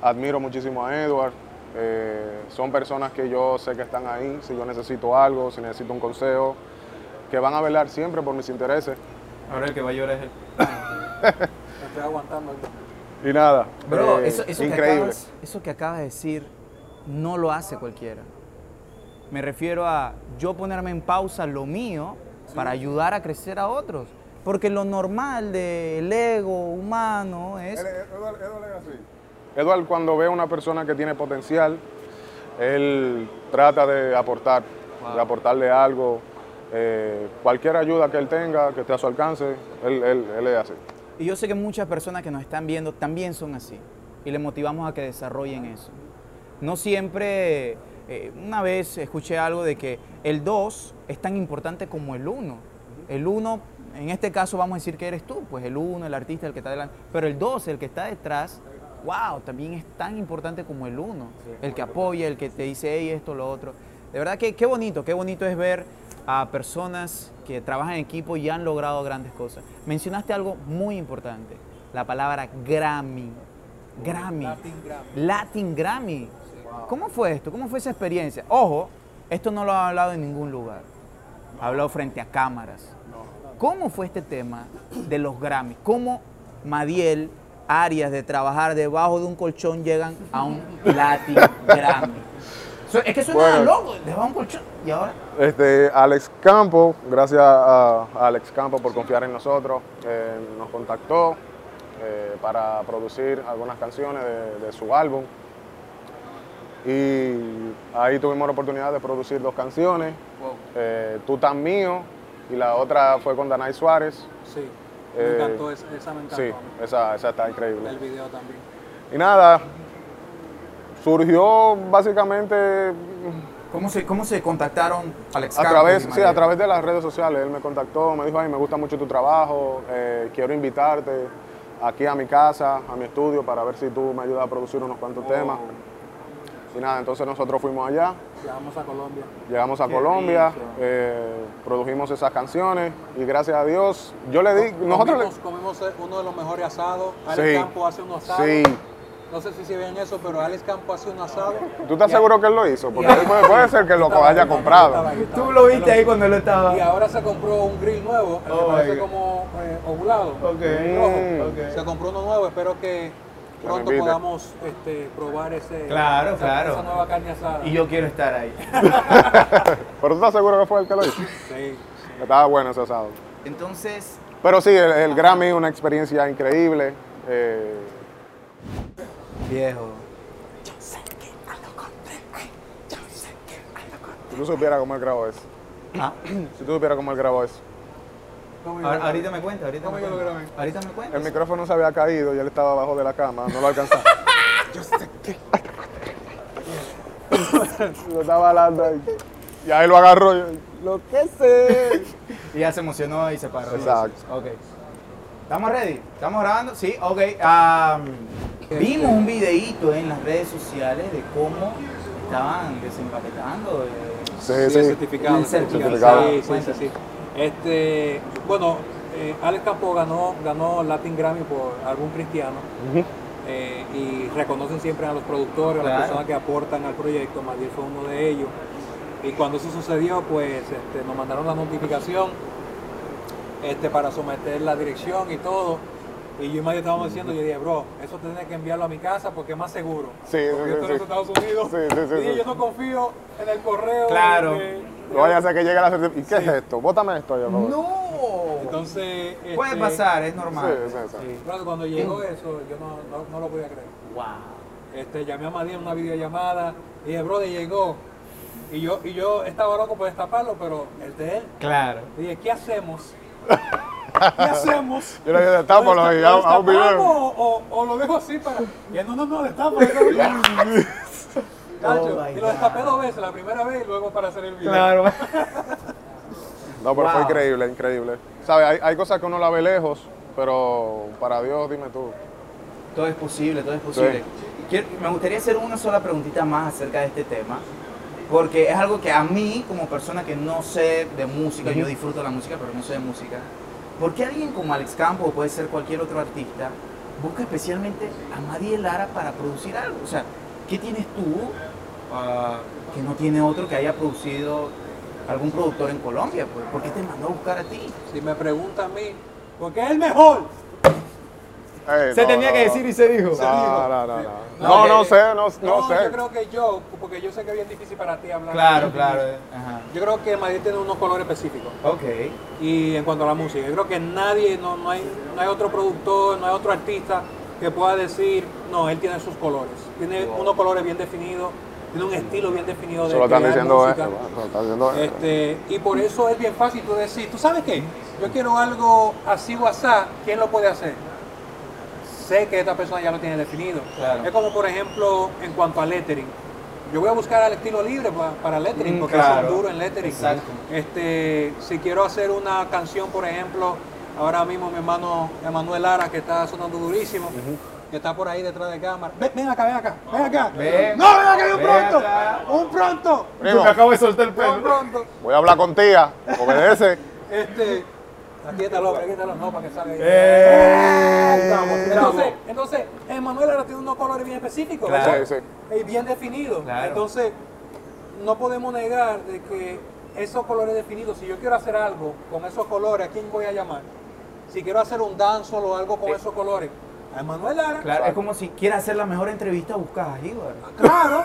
Speaker 2: admiro muchísimo a Edward, Eh, son personas que yo sé que están ahí, si yo necesito algo, si necesito un consejo, que van a velar siempre por mis intereses.
Speaker 1: Ahora el que va a llorar es él.
Speaker 3: Me estoy aguantando.
Speaker 2: Y nada.
Speaker 1: Bro,
Speaker 2: eh,
Speaker 1: eso, eso Que
Speaker 2: increíble.
Speaker 1: acabas, eso que acabas de decir no lo hace cualquiera. Me refiero a yo ponerme en pausa lo mío para ayudar a crecer a otros. Porque lo normal del ego humano es...
Speaker 2: Edward, cuando ve a una persona que tiene potencial, él trata de aportar, de aportarle algo. eh, cualquier ayuda que él tenga, que esté a su alcance, él, él- él es así.
Speaker 1: Y yo sé que muchas personas que nos están viendo también son así. Y le motivamos a que desarrollen eso. No siempre, eh, una vez escuché algo de que el 2 es tan importante como el 1. El 1, en este caso vamos a decir que eres tú, pues el 1, el artista, el que está delante. Pero el 2, el que está detrás, wow, también es tan importante como el 1. El que apoya, el que te dice, hey, esto, lo otro. De verdad que qué bonito, qué bonito es ver a personas que trabajan en equipo y han logrado grandes cosas. Mencionaste algo muy importante, la palabra Grammy. Grammy.
Speaker 3: Latin Grammy.
Speaker 1: Latin Grammy. ¿Cómo fue esto? ¿Cómo fue esa experiencia? Ojo, esto no lo ha hablado en ningún lugar. Ha hablado frente a cámaras. ¿Cómo fue este tema de los Grammys? ¿Cómo Madiel, Arias, de trabajar debajo de un colchón, llegan a un Latin Grammy? Su- Es que suena
Speaker 2: Bueno.
Speaker 1: loco, debajo de un colchón. Y ahora,
Speaker 2: Este, Alex Campo, gracias a a Alex Campo por confiar en nosotros, eh, nos contactó eh, para producir algunas canciones de, de su álbum. Y ahí tuvimos la oportunidad de producir dos canciones,
Speaker 3: Wow.
Speaker 2: eh, Tú tan mío y la otra fue con Danay Suárez.
Speaker 3: Sí.
Speaker 2: Eh,
Speaker 3: me encantó esa, esa me encantó.
Speaker 2: Sí,
Speaker 3: a mí.
Speaker 2: esa, esa está increíble.
Speaker 3: El video también.
Speaker 2: Y nada, surgió básicamente
Speaker 1: ¿cómo se, cómo se contactaron Alex
Speaker 2: a
Speaker 1: Campos y
Speaker 2: través, sí,
Speaker 1: Madiel?
Speaker 2: a través de las redes sociales. Él me contactó, me dijo, ay, me gusta mucho tu trabajo, eh, quiero invitarte aquí a mi casa, a mi estudio, para ver si tú me ayudas a producir unos cuantos temas. Y nada, entonces nosotros fuimos allá,
Speaker 3: Llegamos a Colombia.
Speaker 2: llegamos a
Speaker 1: Qué
Speaker 2: Colombia,
Speaker 1: rico.
Speaker 2: eh, produjimos esas canciones y gracias a Dios, yo le di, nosotros le-
Speaker 3: comimos, comimos eh, uno de los mejores asados. Alex
Speaker 2: Sí.
Speaker 3: Campo hace un asado.
Speaker 2: Sí,
Speaker 3: No sé si se ven eso, pero Alex Campo hace un asado.
Speaker 2: ¿tú estás seguro que él lo hizo? Porque
Speaker 1: Ya.
Speaker 2: puede, puede ser que lo haya
Speaker 3: Estaba ahí, estaba
Speaker 2: comprado.
Speaker 3: ahí, estaba
Speaker 1: Tú
Speaker 3: ahí.
Speaker 1: lo viste ahí cuando él estaba.
Speaker 3: Y ahora se compró un grill nuevo, el que
Speaker 1: Oh, my
Speaker 3: parece
Speaker 1: God.
Speaker 3: como eh, ovulado, rojo.
Speaker 2: Mm.
Speaker 3: Se compró uno nuevo, espero que
Speaker 2: Que
Speaker 3: pronto
Speaker 2: me invite.
Speaker 3: podamos este, probar ese,
Speaker 1: Claro,
Speaker 3: esa,
Speaker 1: claro.
Speaker 3: esa nueva carne asada.
Speaker 1: Y yo quiero estar ahí.
Speaker 2: Pero tú estás seguro que fue él que lo hizo.
Speaker 3: Sí.
Speaker 2: Estaba bueno ese asado.
Speaker 1: Entonces,
Speaker 2: Pero sí, el, el Grammy es una experiencia increíble. eh,
Speaker 1: viejo.
Speaker 2: si tú supieras cómo él grabó eso.
Speaker 1: Ah,
Speaker 2: Si tú supieras cómo él grabó eso.
Speaker 3: ¿Cómo iba?
Speaker 1: ahor- ahorita me cuenta, ahorita me
Speaker 3: ¿Cómo yo lo
Speaker 1: cuenta.
Speaker 3: grabé?
Speaker 1: Ahorita me cuenta.
Speaker 2: El micrófono se había caído y él estaba abajo de la cama, no lo alcanzaba. Yo estaba hablando ahí. Y ahí lo agarró. y- Lo que sé.
Speaker 1: Y ya se emocionó y se paró.
Speaker 2: Exacto.
Speaker 1: Ok. ¿Estamos ready? ¿Estamos grabando? Sí, ok. Am, vimos un videíto en las redes sociales de cómo estaban desempaquetando. eh.
Speaker 2: Sí,
Speaker 3: Sí, el
Speaker 2: sí.
Speaker 3: certificado.
Speaker 1: El
Speaker 3: el certificado.
Speaker 2: certificado.
Speaker 3: Sí, sí, sí, sí. Este, bueno, eh, Alex Campo ganó, ganó Latin Grammy por álbum cristiano. Eh, y reconocen siempre a los productores, a
Speaker 1: Claro.
Speaker 3: las personas que aportan al proyecto. Madiel fue uno de ellos. Y cuando eso sucedió, pues este, nos mandaron la notificación este, para someter la dirección y todo. Y yo y Madiel estábamos diciendo, yo dije, bro, eso tienes que enviarlo a mi casa porque es más seguro.
Speaker 2: Sí, sí,
Speaker 3: porque
Speaker 2: sí,
Speaker 3: esto no es
Speaker 2: sí.
Speaker 3: Estados Unidos.
Speaker 2: Sí, sí, sí,
Speaker 3: Y
Speaker 2: sí.
Speaker 3: yo no confío en el correo.
Speaker 1: Claro.
Speaker 3: de-
Speaker 2: Lo vaya a hacer que llegue la certificación. ¿Y qué es esto? Bótame esto, yo. por favor.
Speaker 1: ¡No!
Speaker 3: Entonces.
Speaker 1: Puede
Speaker 3: este,
Speaker 1: pasar, eh. es normal.
Speaker 2: Sí, sí, sí.
Speaker 3: claro, cuando llegó eso, yo no, no- no lo podía creer.
Speaker 1: Wow.
Speaker 3: Este, llamé a María en una videollamada y dije, brother, llegó. Y yo, y yo estaba loco por destaparlo, pero el de él.
Speaker 1: Claro.
Speaker 3: Y dije, ¿qué hacemos? ¿Qué hacemos?
Speaker 2: Yo le dije, destápalo y
Speaker 3: ¿Lo
Speaker 2: haz haz un
Speaker 3: destapamos
Speaker 2: video.
Speaker 3: o, o- o lo dejo así para. Y él, no, no, no, destápalo. déjalo ahí". Cacho,
Speaker 1: Oh my
Speaker 3: y lo destapé
Speaker 1: God.
Speaker 3: dos veces, la primera vez y luego para hacer el video.
Speaker 2: No, pero fue
Speaker 1: Wow.
Speaker 2: increíble, increíble. ¿Sabes? Hay, hay cosas que uno la ve lejos, pero para Dios, dime tú.
Speaker 1: Todo es posible, todo es posible. Quiero- me gustaría hacer una sola preguntita más acerca de este tema, porque es algo que a mí, como persona que no sé de música, yo disfruto la música, pero no sé de música, ¿por qué alguien como Alex Campo, o puede ser cualquier otro artista, busca especialmente a Madiel Lara para producir algo? O sea, ¿qué tienes tú ah, que no tiene otro que haya producido algún productor en Colombia? pues? ¿Por qué te mandó a buscar a ti?
Speaker 3: Si me pregunta a mí, porque es el mejor.
Speaker 2: Ey, no, no, no.
Speaker 1: se dijo.
Speaker 2: No, no, no, no.
Speaker 3: No,
Speaker 2: No,
Speaker 3: que-
Speaker 2: no sé, no, no
Speaker 3: No,
Speaker 2: sé.
Speaker 3: yo creo que yo, porque yo sé que es bien difícil para ti hablar.
Speaker 1: Claro, claro. eh, Ajá.
Speaker 3: Yo creo que Madrid tiene unos colores específicos.
Speaker 1: Ok.
Speaker 3: Y en cuanto a la música, yo creo que nadie, no, no hay, no hay otro productor, no hay otro artista que pueda decir, no, él tiene sus colores. Tiene
Speaker 1: Wow.
Speaker 3: unos colores bien definidos, tiene un estilo bien definido de
Speaker 2: Se lo están
Speaker 3: crear
Speaker 2: diciendo eh.
Speaker 3: música.
Speaker 2: esto, se lo están diciendo esto.
Speaker 3: Este, y por eso es bien fácil tú decir, ¿tú sabes qué? Yo quiero algo así o asá, ¿quién lo puede hacer? Sé que esta persona ya lo tiene definido.
Speaker 1: Claro.
Speaker 3: Es como, por ejemplo, en cuanto a lettering. Yo voy a buscar al estilo libre pa- para lettering,
Speaker 1: Mm,
Speaker 3: porque
Speaker 1: claro.
Speaker 3: son duro en lettering.
Speaker 1: Exacto.
Speaker 3: Este, si quiero hacer una canción, por ejemplo, ahora mismo mi hermano Emanuel Lara, que está sonando durísimo, que está por ahí detrás de cámara. Ven, ven acá, ven acá, ven acá.
Speaker 1: Ven.
Speaker 3: no, ven acá, hay un
Speaker 1: Ven
Speaker 3: pronto.
Speaker 1: acá.
Speaker 3: Un pronto.
Speaker 2: Primo,
Speaker 4: Me acabo de soltar el
Speaker 3: Un
Speaker 4: pelo.
Speaker 3: pronto.
Speaker 2: voy a hablar con tía, obedece.
Speaker 3: Este, aquí está el hombre, aquí está el hombre, no, para que salga ahí.
Speaker 4: Eh,
Speaker 3: Estamos, Entonces, entonces, Emanuel ahora tiene unos colores bien específicos,
Speaker 1: Claro.
Speaker 3: ¿verdad?
Speaker 2: Sí, sí.
Speaker 3: Eh, bien definidos.
Speaker 1: Claro.
Speaker 3: Entonces, no podemos negar de que esos colores definidos, si yo quiero hacer algo con esos colores, ¿a quién voy a llamar? Si quiero hacer un danzo o algo con
Speaker 1: Eh.
Speaker 3: esos colores, a Emanuel Lara.
Speaker 1: Claro, es como si quieres hacer la mejor entrevista, buscas a Jíbar.
Speaker 3: Claro,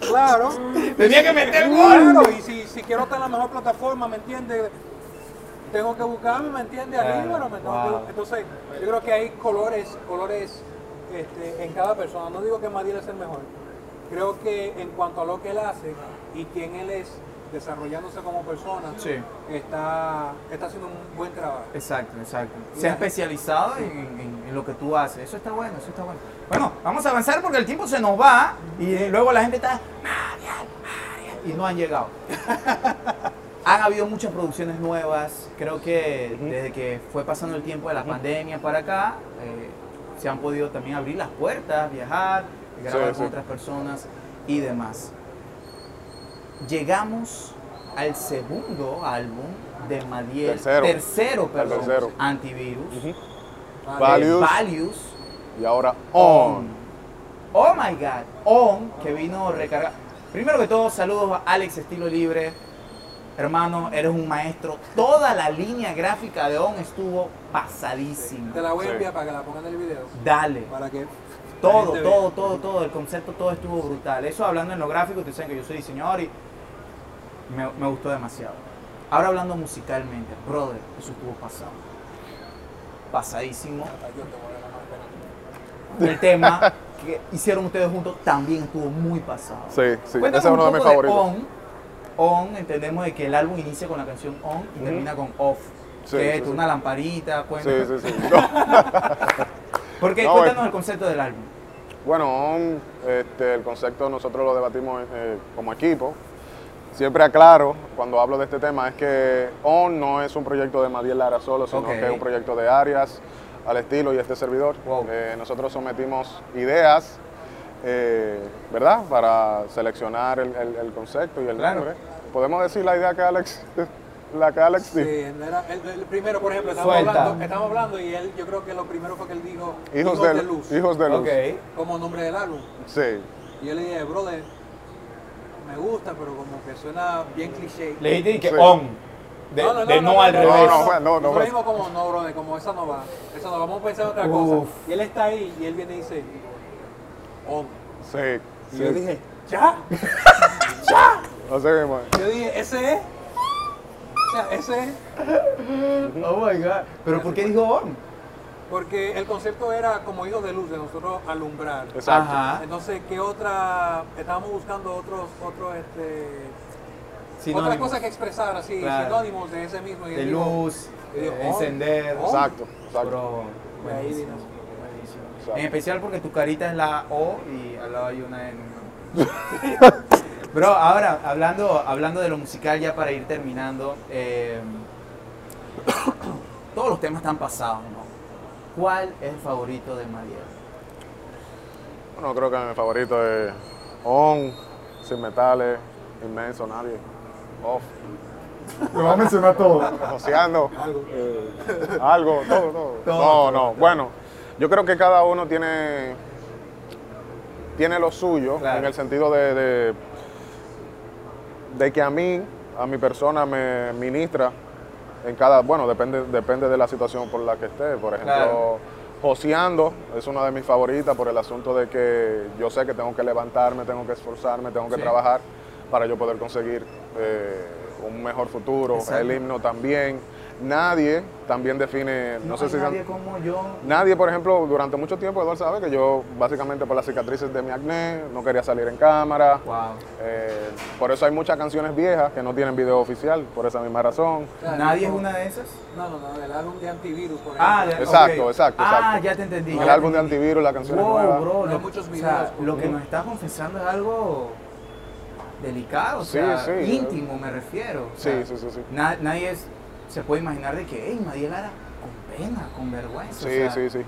Speaker 3: claro.
Speaker 4: Tenía que meter gol.
Speaker 3: Claro, y si, si quiero estar en la mejor plataforma, ¿me entiendes? Tengo que buscarme, ¿me entiendes?
Speaker 1: Claro,
Speaker 3: Arriba, ¿no? Me tengo que-
Speaker 1: wow.
Speaker 3: Entonces, yo creo que hay colores, colores este, en cada persona. No digo que Madrid es el mejor. Creo que en cuanto a lo que él hace y quién él es, desarrollándose como persona,
Speaker 1: Sí.
Speaker 3: está, está haciendo un buen trabajo.
Speaker 1: Exacto, exacto. Se
Speaker 3: Ya.
Speaker 1: ha especializado en, en- en lo que tú haces. Eso está bueno, eso está bueno. Bueno, vamos a avanzar porque el tiempo se nos va y eh, luego la gente está. "Marian, Marian", Y no han llegado. Han habido muchas producciones nuevas. Creo que desde que fue pasando el tiempo de la pandemia para acá, eh, se han podido también abrir las puertas, viajar, grabar con
Speaker 2: sí.
Speaker 1: otras personas y demás. Llegamos al segundo álbum de Madiel.
Speaker 2: Tercero.
Speaker 1: Tercero, perdón.
Speaker 2: tercero.
Speaker 1: Antivirus.
Speaker 2: Ujú.
Speaker 3: Vale.
Speaker 2: Vale. Values.
Speaker 1: Values.
Speaker 2: Y ahora, on.
Speaker 1: Oh my God. On, que vino recargar. Primero que todo, saludos a Alex Estilo Libre. Hermano, eres un maestro. Toda la línea gráfica de On estuvo pasadísima.
Speaker 3: Te la voy a
Speaker 2: Sí.
Speaker 3: enviar para que la pongan en el video.
Speaker 1: Dale.
Speaker 3: Para que la
Speaker 1: Todo,
Speaker 3: gente vea.
Speaker 1: todo, todo, todo. El concepto, todo estuvo brutal. Eso hablando en lo gráfico, ustedes saben que yo soy diseñador y me, me gustó demasiado. Ahora hablando musicalmente, brother, eso estuvo pasado. Pasadísimo.
Speaker 3: Hasta yo te voy a dar la mano, espérate.
Speaker 1: El tema que hicieron ustedes juntos también estuvo muy pasado.
Speaker 2: Sí, sí,
Speaker 1: Cuéntanos
Speaker 2: ese es uno
Speaker 1: un
Speaker 2: de mis
Speaker 1: poco
Speaker 2: favoritos.
Speaker 1: On, On, entendemos de que el álbum inicia con la canción On y
Speaker 2: Ujú.
Speaker 1: termina con Off.
Speaker 2: Sí,
Speaker 1: que
Speaker 2: sí,
Speaker 1: es
Speaker 2: sí.
Speaker 1: una lamparita,
Speaker 2: Sí,
Speaker 1: cuéntanos.
Speaker 2: sí, sí. No.
Speaker 1: Porque
Speaker 2: No,
Speaker 1: cuéntanos
Speaker 2: es-
Speaker 1: el concepto del álbum.
Speaker 2: Bueno, on, este, el concepto nosotros lo debatimos eh, como equipo. Siempre aclaro, cuando hablo de este tema, es que ON no es un proyecto de Madiel Lara solo, sino
Speaker 1: Ok.
Speaker 2: que es un proyecto de Arias, al estilo y este servidor.
Speaker 1: Wow.
Speaker 2: Eh, nosotros sometimos ideas, eh, ¿verdad? Para seleccionar el, el- el concepto y el
Speaker 1: Claro.
Speaker 2: nombre. ¿Podemos decir la idea que Alex, la que Alex dijo?
Speaker 3: Sí, era- el, el primero, por ejemplo, estamos
Speaker 1: Suelta.
Speaker 3: hablando, estamos hablando y él, yo creo que lo primero fue que él dijo
Speaker 2: Hijos, de,
Speaker 3: Luz,
Speaker 2: Hijos de Luz.
Speaker 1: Ok.
Speaker 3: como nombre del álbum.
Speaker 2: Sí.
Speaker 3: Y yo le dije, brother, me gusta, pero como que suena bien cliché.
Speaker 4: Le dijiste que
Speaker 2: Sí.
Speaker 4: on. De de no, al
Speaker 2: no,
Speaker 4: revés.
Speaker 2: no, fue- no, no
Speaker 3: Nosotros
Speaker 2: fue.
Speaker 3: dijimos como, no, brother, como esa no va, esa no va, vamos a pensar en otra
Speaker 1: Uf.
Speaker 3: cosa. Y él está ahí y él viene y dice, oh.
Speaker 2: Sí.
Speaker 3: Y
Speaker 2: sí.
Speaker 3: yo dije, ya.
Speaker 2: Así mismo.
Speaker 3: Yo dije, ese es. O sea, ese es.
Speaker 1: Oh my God. ¿Pero por qué dijo On?
Speaker 3: Porque el concepto era como hijos de luz, de nosotros alumbrar.
Speaker 2: Exacto.
Speaker 1: Ajá.
Speaker 3: Entonces, ¿qué otra? Estábamos buscando otros, otros, este, otra
Speaker 1: Sinónimos.
Speaker 3: cosa que expresar, así,
Speaker 1: Claro.
Speaker 3: sinónimos de ese mismo. y
Speaker 1: De
Speaker 3: digo,
Speaker 1: luz,
Speaker 3: y digo,
Speaker 1: eh,
Speaker 3: oh, on,
Speaker 1: encender.
Speaker 3: on.
Speaker 2: Exacto, exacto.
Speaker 1: Bro,
Speaker 3: De ahí
Speaker 1: buenísimo,
Speaker 3: vino.
Speaker 1: buenísimo.
Speaker 2: Exacto.
Speaker 1: En especial porque tu carita es la O y al lado hay una N. Bro, ahora, hablando, hablando de lo musical ya para ir terminando, eh, todos los temas están pasados, ¿no? ¿Cuál es el favorito de María?
Speaker 2: Bueno, creo que mi favorito es On, Sin Metales, Inmenso, Nadie, Off,
Speaker 4: Lo va a mencionar todo.
Speaker 2: Joseando,
Speaker 3: Algo.
Speaker 2: eh, algo, todo, todo.
Speaker 1: Todo,
Speaker 2: no,
Speaker 1: todo,
Speaker 2: no, bueno, yo creo que cada uno tiene, tiene lo suyo,
Speaker 1: Claro.
Speaker 2: en el sentido de, de, de que a mí, a mi persona me ministra en cada, bueno, depende, depende de la situación por la que esté, por ejemplo.
Speaker 1: Claro.
Speaker 2: Joseando es una de mis favoritas por el asunto de que yo sé que tengo que levantarme, tengo que esforzarme, tengo que
Speaker 1: Sí.
Speaker 2: trabajar para yo poder conseguir eh, un mejor futuro.
Speaker 1: Exacto.
Speaker 2: El himno también. Nadie también define, no, sé
Speaker 1: hay
Speaker 2: si...
Speaker 1: nadie
Speaker 2: han-
Speaker 1: como yo.
Speaker 2: Nadie, por ejemplo, durante mucho tiempo, Eduardo sabe que yo básicamente por las cicatrices de mi acné no quería salir en cámara.
Speaker 1: Wow.
Speaker 2: Eh, por eso hay muchas canciones viejas que no tienen video oficial, por esa misma razón.
Speaker 3: Claro,
Speaker 1: ¿Nadie es
Speaker 3: como-
Speaker 1: una de esas?
Speaker 3: No, no, no, el álbum de antivirus, por ejemplo.
Speaker 1: Ah, de-
Speaker 2: Exacto,
Speaker 1: ok.
Speaker 2: exacto,
Speaker 1: Ah,
Speaker 2: exacto.
Speaker 1: ya te entendí.
Speaker 2: El
Speaker 1: ya
Speaker 2: álbum de
Speaker 1: te entendí.
Speaker 2: Antivirus, la canción
Speaker 1: Wow,
Speaker 2: nueva.
Speaker 1: bro,
Speaker 3: Oh, Hay
Speaker 1: lo-
Speaker 3: muchos
Speaker 1: o
Speaker 3: videos,
Speaker 1: sea, lo que
Speaker 2: ujú.
Speaker 1: nos está confesando es algo delicado, o
Speaker 2: Sí,
Speaker 1: sea,
Speaker 2: sí.
Speaker 1: íntimo me refiero. o
Speaker 2: Sí,
Speaker 1: sea,
Speaker 2: sí, sí, sí.
Speaker 1: na- nadie es- se puede imaginar de que, hey, María Lara, con pena, con vergüenza. o
Speaker 2: Sí,
Speaker 1: sea,
Speaker 2: sí, sí.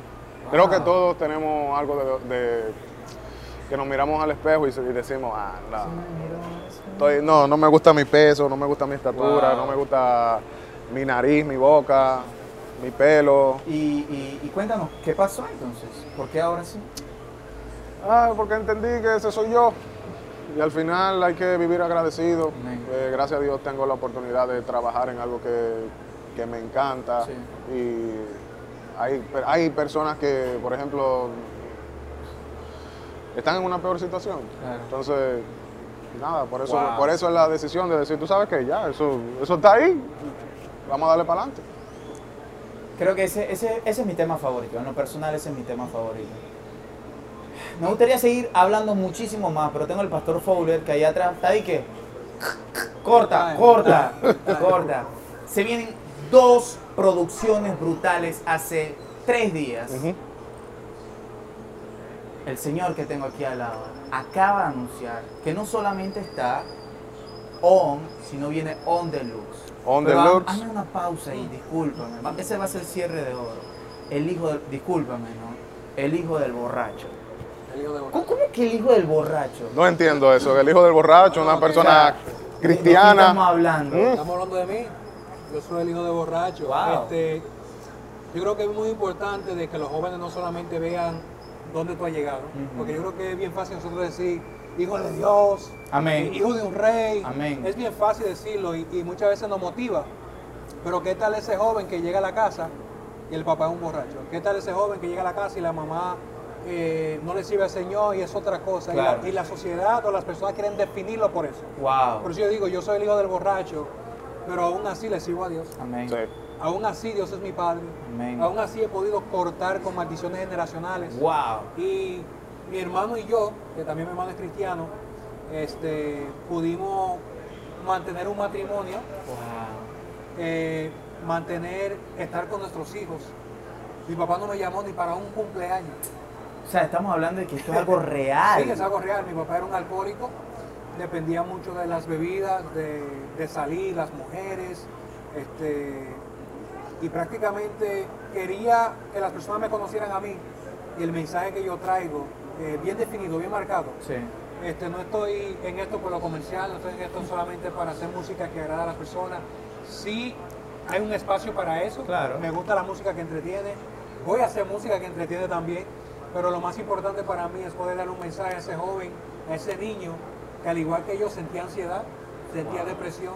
Speaker 2: Creo que todos tenemos algo de, de- que nos miramos al espejo y, se- y decimos, ah, no, estoy- no, no me gusta mi peso, no me gusta mi estatura,
Speaker 3: Wow.
Speaker 2: no me gusta mi nariz, mi boca, mi pelo.
Speaker 1: Y, y- y cuéntanos, ¿qué pasó entonces? ¿Por qué ahora sí?
Speaker 2: Ah, porque entendí que ese soy yo. Y al final hay que vivir agradecido.
Speaker 1: Amén.
Speaker 2: Eh, gracias a Dios tengo la oportunidad de trabajar en algo que, que me encanta.
Speaker 1: Sí.
Speaker 2: Y hay, per- hay personas que, por ejemplo, están en una peor situación.
Speaker 1: Claro.
Speaker 2: Entonces, nada, por eso,
Speaker 1: Wow.
Speaker 2: por eso es la decisión de decir, tú sabes que ya, eso, eso está ahí. Vamos a darle para adelante.
Speaker 1: Creo que ese, ese, ese es mi tema favorito. En lo personal, ese es mi tema favorito. Me gustaría seguir hablando muchísimo más, pero tengo el pastor Fowler que allá atrás está ahí que. Corta,
Speaker 3: Ay.
Speaker 1: corta, corta. Se vienen dos producciones brutales hace tres días. El señor que tengo aquí al lado acaba de anunciar que no solamente está on, sino viene on deluxe.
Speaker 2: On
Speaker 1: Pero
Speaker 2: the
Speaker 1: ha-
Speaker 2: looks.
Speaker 1: Hazme una pausa ahí, discúlpame. Va- Ese va a ser el cierre de oro. El hijo del, discúlpame, ¿no? El hijo del borracho.
Speaker 3: El hijo de
Speaker 1: ¿Cómo, cómo que el hijo del borracho?
Speaker 2: No entiendo eso, el hijo del borracho, una persona
Speaker 1: ¿De- de qué
Speaker 2: cristiana.
Speaker 1: estamos hablando?
Speaker 2: Mm.
Speaker 3: Estamos hablando de mí. Yo soy el hijo de borracho.
Speaker 1: Wow.
Speaker 3: Este, yo creo que es muy importante de que los jóvenes no solamente vean dónde tú has llegado,
Speaker 1: Ujú.
Speaker 3: porque yo creo que es bien fácil nosotros decir hijo de Dios,
Speaker 1: Amén.
Speaker 3: hijo de un rey.
Speaker 1: Amén.
Speaker 3: Es bien fácil decirlo y, y muchas veces nos motiva. Pero qué tal ese joven que llega a la casa y el papá es un borracho. ¿Qué tal ese joven que llega a la casa y la mamá eh, no le sirve al Señor y es otra cosa? Y la-
Speaker 1: Claro.
Speaker 3: y la sociedad o las personas quieren definirlo por eso. Por
Speaker 1: Wow.
Speaker 3: eso yo digo, yo soy el hijo del borracho, pero aún así le sigo a Dios.
Speaker 1: Amén.
Speaker 2: Sí.
Speaker 3: Aún así Dios es mi padre.
Speaker 1: Amén.
Speaker 3: Aún así he podido cortar con maldiciones generacionales.
Speaker 1: Wow.
Speaker 3: Y mi hermano y yo, que también mi hermano es cristiano, este, pudimos mantener un matrimonio,
Speaker 1: Wow.
Speaker 3: eh, mantener, estar con nuestros hijos. Mi papá no me llamó ni para un cumpleaños.
Speaker 1: O sea, estamos hablando de que esto es algo real.
Speaker 3: Sí, es algo real. Mi papá era un alcohólico, dependía mucho de las bebidas, de, de salir, las mujeres, este, y prácticamente quería que las personas me conocieran a mí. Y el mensaje que yo traigo, eh, bien definido, bien marcado.
Speaker 1: Sí.
Speaker 3: Este, no estoy en esto por lo comercial, no estoy en esto solamente para hacer música que agrada a las personas. Sí, hay un espacio para eso.
Speaker 1: Claro.
Speaker 3: Me gusta la música que entretiene. Voy a hacer música que entretiene también. Pero lo más importante para mí es poder dar un mensaje a ese joven, a ese niño, que al igual que yo sentía ansiedad, sentía depresión,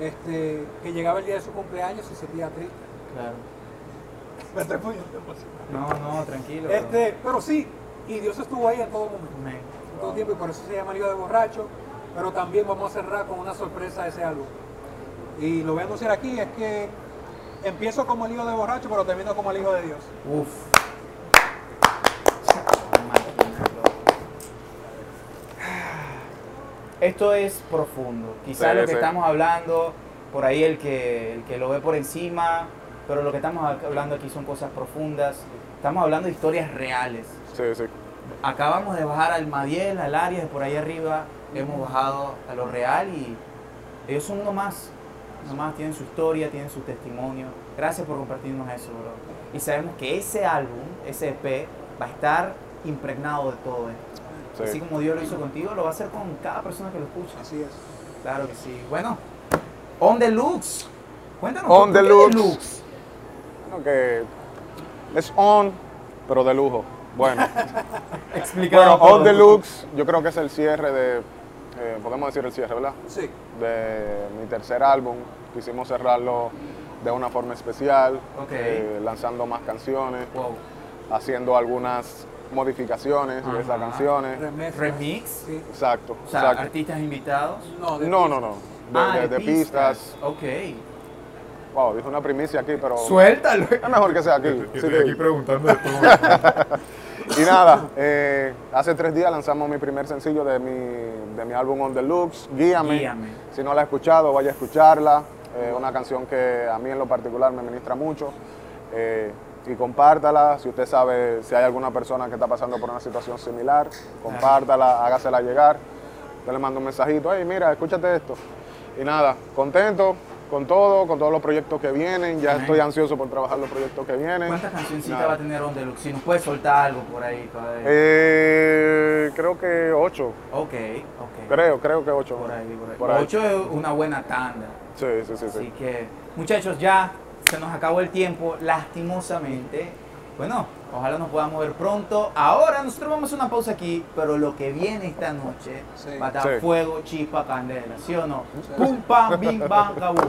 Speaker 3: este, que llegaba el día de su cumpleaños y sentía triste.
Speaker 1: Claro.
Speaker 3: Me estoy poniendo emocionado.
Speaker 1: No, no, tranquilo. bro.
Speaker 3: Este, pero sí, y Dios estuvo ahí en todo momento
Speaker 1: Amén.
Speaker 3: en todo tiempo y por eso se llama Lío de Borracho, pero también vamos a cerrar con una sorpresa de ese álbum. Y lo voy a anunciar aquí, es que empiezo como el hijo de borracho, pero termino como el hijo de Dios.
Speaker 1: Uf. Esto es profundo. Quizás
Speaker 2: Sí,
Speaker 1: lo que
Speaker 2: sí.
Speaker 1: estamos hablando, por ahí el que, el que lo ve por encima, pero lo que estamos hablando aquí son cosas profundas. Estamos hablando de historias reales.
Speaker 2: Sí, sí.
Speaker 1: Acabamos de bajar al Madiel, al Arias, por ahí arriba. Hemos bajado a lo real y ellos son uno más. Uno más, tienen su historia, tienen su testimonio. Gracias por compartirnos eso, bro. Y sabemos que ese álbum, ese EP, va a estar impregnado de todo esto.
Speaker 2: Sí.
Speaker 1: Así como Dios lo hizo contigo, lo va a hacer con cada persona que lo escucha.
Speaker 3: Así es.
Speaker 1: Claro que sí. Bueno, On Deluxe. Cuéntanos.
Speaker 2: On
Speaker 1: ¿por qué
Speaker 2: Deluxe.
Speaker 1: Deluxe?
Speaker 2: Bueno, que es on, pero de lujo. Bueno, bueno
Speaker 1: Explícanos
Speaker 2: on
Speaker 1: todo.
Speaker 2: deluxe, yo creo que es el cierre de, eh, podemos decir el cierre, ¿verdad?
Speaker 3: Sí.
Speaker 2: De mi tercer álbum. Quisimos cerrarlo de una forma especial,
Speaker 1: Ok.
Speaker 2: eh, lanzando más canciones,
Speaker 1: Wow.
Speaker 2: haciendo algunas modificaciones de esas
Speaker 1: Ajá.
Speaker 2: canciones.
Speaker 3: Remix.
Speaker 1: Remix.
Speaker 3: Sí.
Speaker 2: Exacto,
Speaker 1: O sea,
Speaker 2: exacto.
Speaker 1: artistas invitados.
Speaker 3: No, de-
Speaker 2: No, no, no. De,
Speaker 1: Ah,
Speaker 2: de- de pistas.
Speaker 1: Ok.
Speaker 2: Wow, dije una primicia aquí, pero
Speaker 1: Suéltalo.
Speaker 2: es mejor que sea aquí.
Speaker 4: Yo
Speaker 2: Sí,
Speaker 4: estoy
Speaker 2: que-
Speaker 4: aquí preguntando de todo.
Speaker 2: Y nada, eh, hace tres días lanzamos mi primer sencillo de mi, de mi álbum On Deluxe, Guíame.
Speaker 1: Guíame.
Speaker 2: Si no la has escuchado, vaya a escucharla. Eh, una canción que a mí en lo particular me ministra mucho. Eh, y compártala. Si usted sabe si hay alguna persona que está pasando por una situación similar, compártala, hágasela llegar. Yo le mando un mensajito, hey, mira, escúchate esto. Y nada, contento, con todo, con todos los proyectos que vienen. Ya estoy ansioso por trabajar los proyectos que vienen.
Speaker 1: ¿Cuántas cancioncitas
Speaker 2: Nada.
Speaker 1: va a tener On Deluxe? Si nos puedes soltar algo por ahí. para-
Speaker 2: Eh, creo que ocho.
Speaker 1: ok, ok.
Speaker 2: Creo, creo que ocho.
Speaker 1: Por ahí, por ahí.
Speaker 2: Por ahí.
Speaker 1: Ocho es una buena tanda.
Speaker 2: Sí, sí, sí, sí.
Speaker 1: Así que, muchachos, ya se nos acabó el tiempo, lastimosamente. Bueno, ojalá nos podamos ver pronto. Ahora nosotros vamos a una pausa aquí, pero lo que viene esta noche
Speaker 3: Sí.
Speaker 1: va a estar
Speaker 2: Sí.
Speaker 1: fuego, chispa, candela, ¿sí o no?
Speaker 3: Sí.
Speaker 1: Pum, pam, bim, bam, cabú.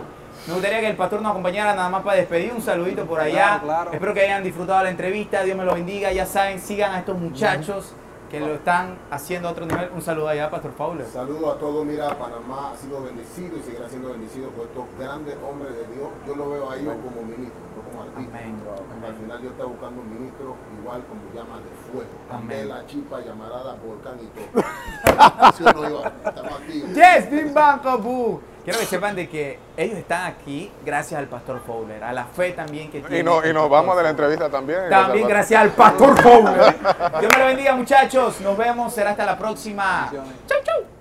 Speaker 1: Me gustaría que el pastor nos acompañara nada más para despedir. Un saludito por allá.
Speaker 3: Claro, claro.
Speaker 1: Espero que hayan disfrutado la entrevista. Dios me los bendiga. Ya saben, sigan a estos muchachos que lo están haciendo a otro nivel. Un saludo allá, Pastor Fowler.
Speaker 5: Saludos a todos, mira, Panamá ha sido bendecido y seguirá siendo bendecido por estos grandes hombres de Dios. Yo lo veo a ellos como ministros, no como artistas.
Speaker 1: Amén.
Speaker 5: Porque Al final Dios está buscando un ministro igual como llamas de fuego.
Speaker 1: Amén.
Speaker 5: Candela, chipa, llamarada, volcán y todo. Así es, no, Iván, estamos aquí.
Speaker 1: Yes, Bim Bam Kaboo. Quiero que sepan de que ellos están aquí gracias al Pastor Fowler, a la fe también que tiene.
Speaker 2: Y, no, y
Speaker 1: el
Speaker 2: nos
Speaker 1: pastor
Speaker 2: vamos de la
Speaker 1: Fowler.
Speaker 2: entrevista también.
Speaker 1: También gracias al Pastor Fowler. Dios me lo bendiga, muchachos. Nos vemos. Será hasta la próxima.
Speaker 3: Bendiciones.
Speaker 1: Chau, chau.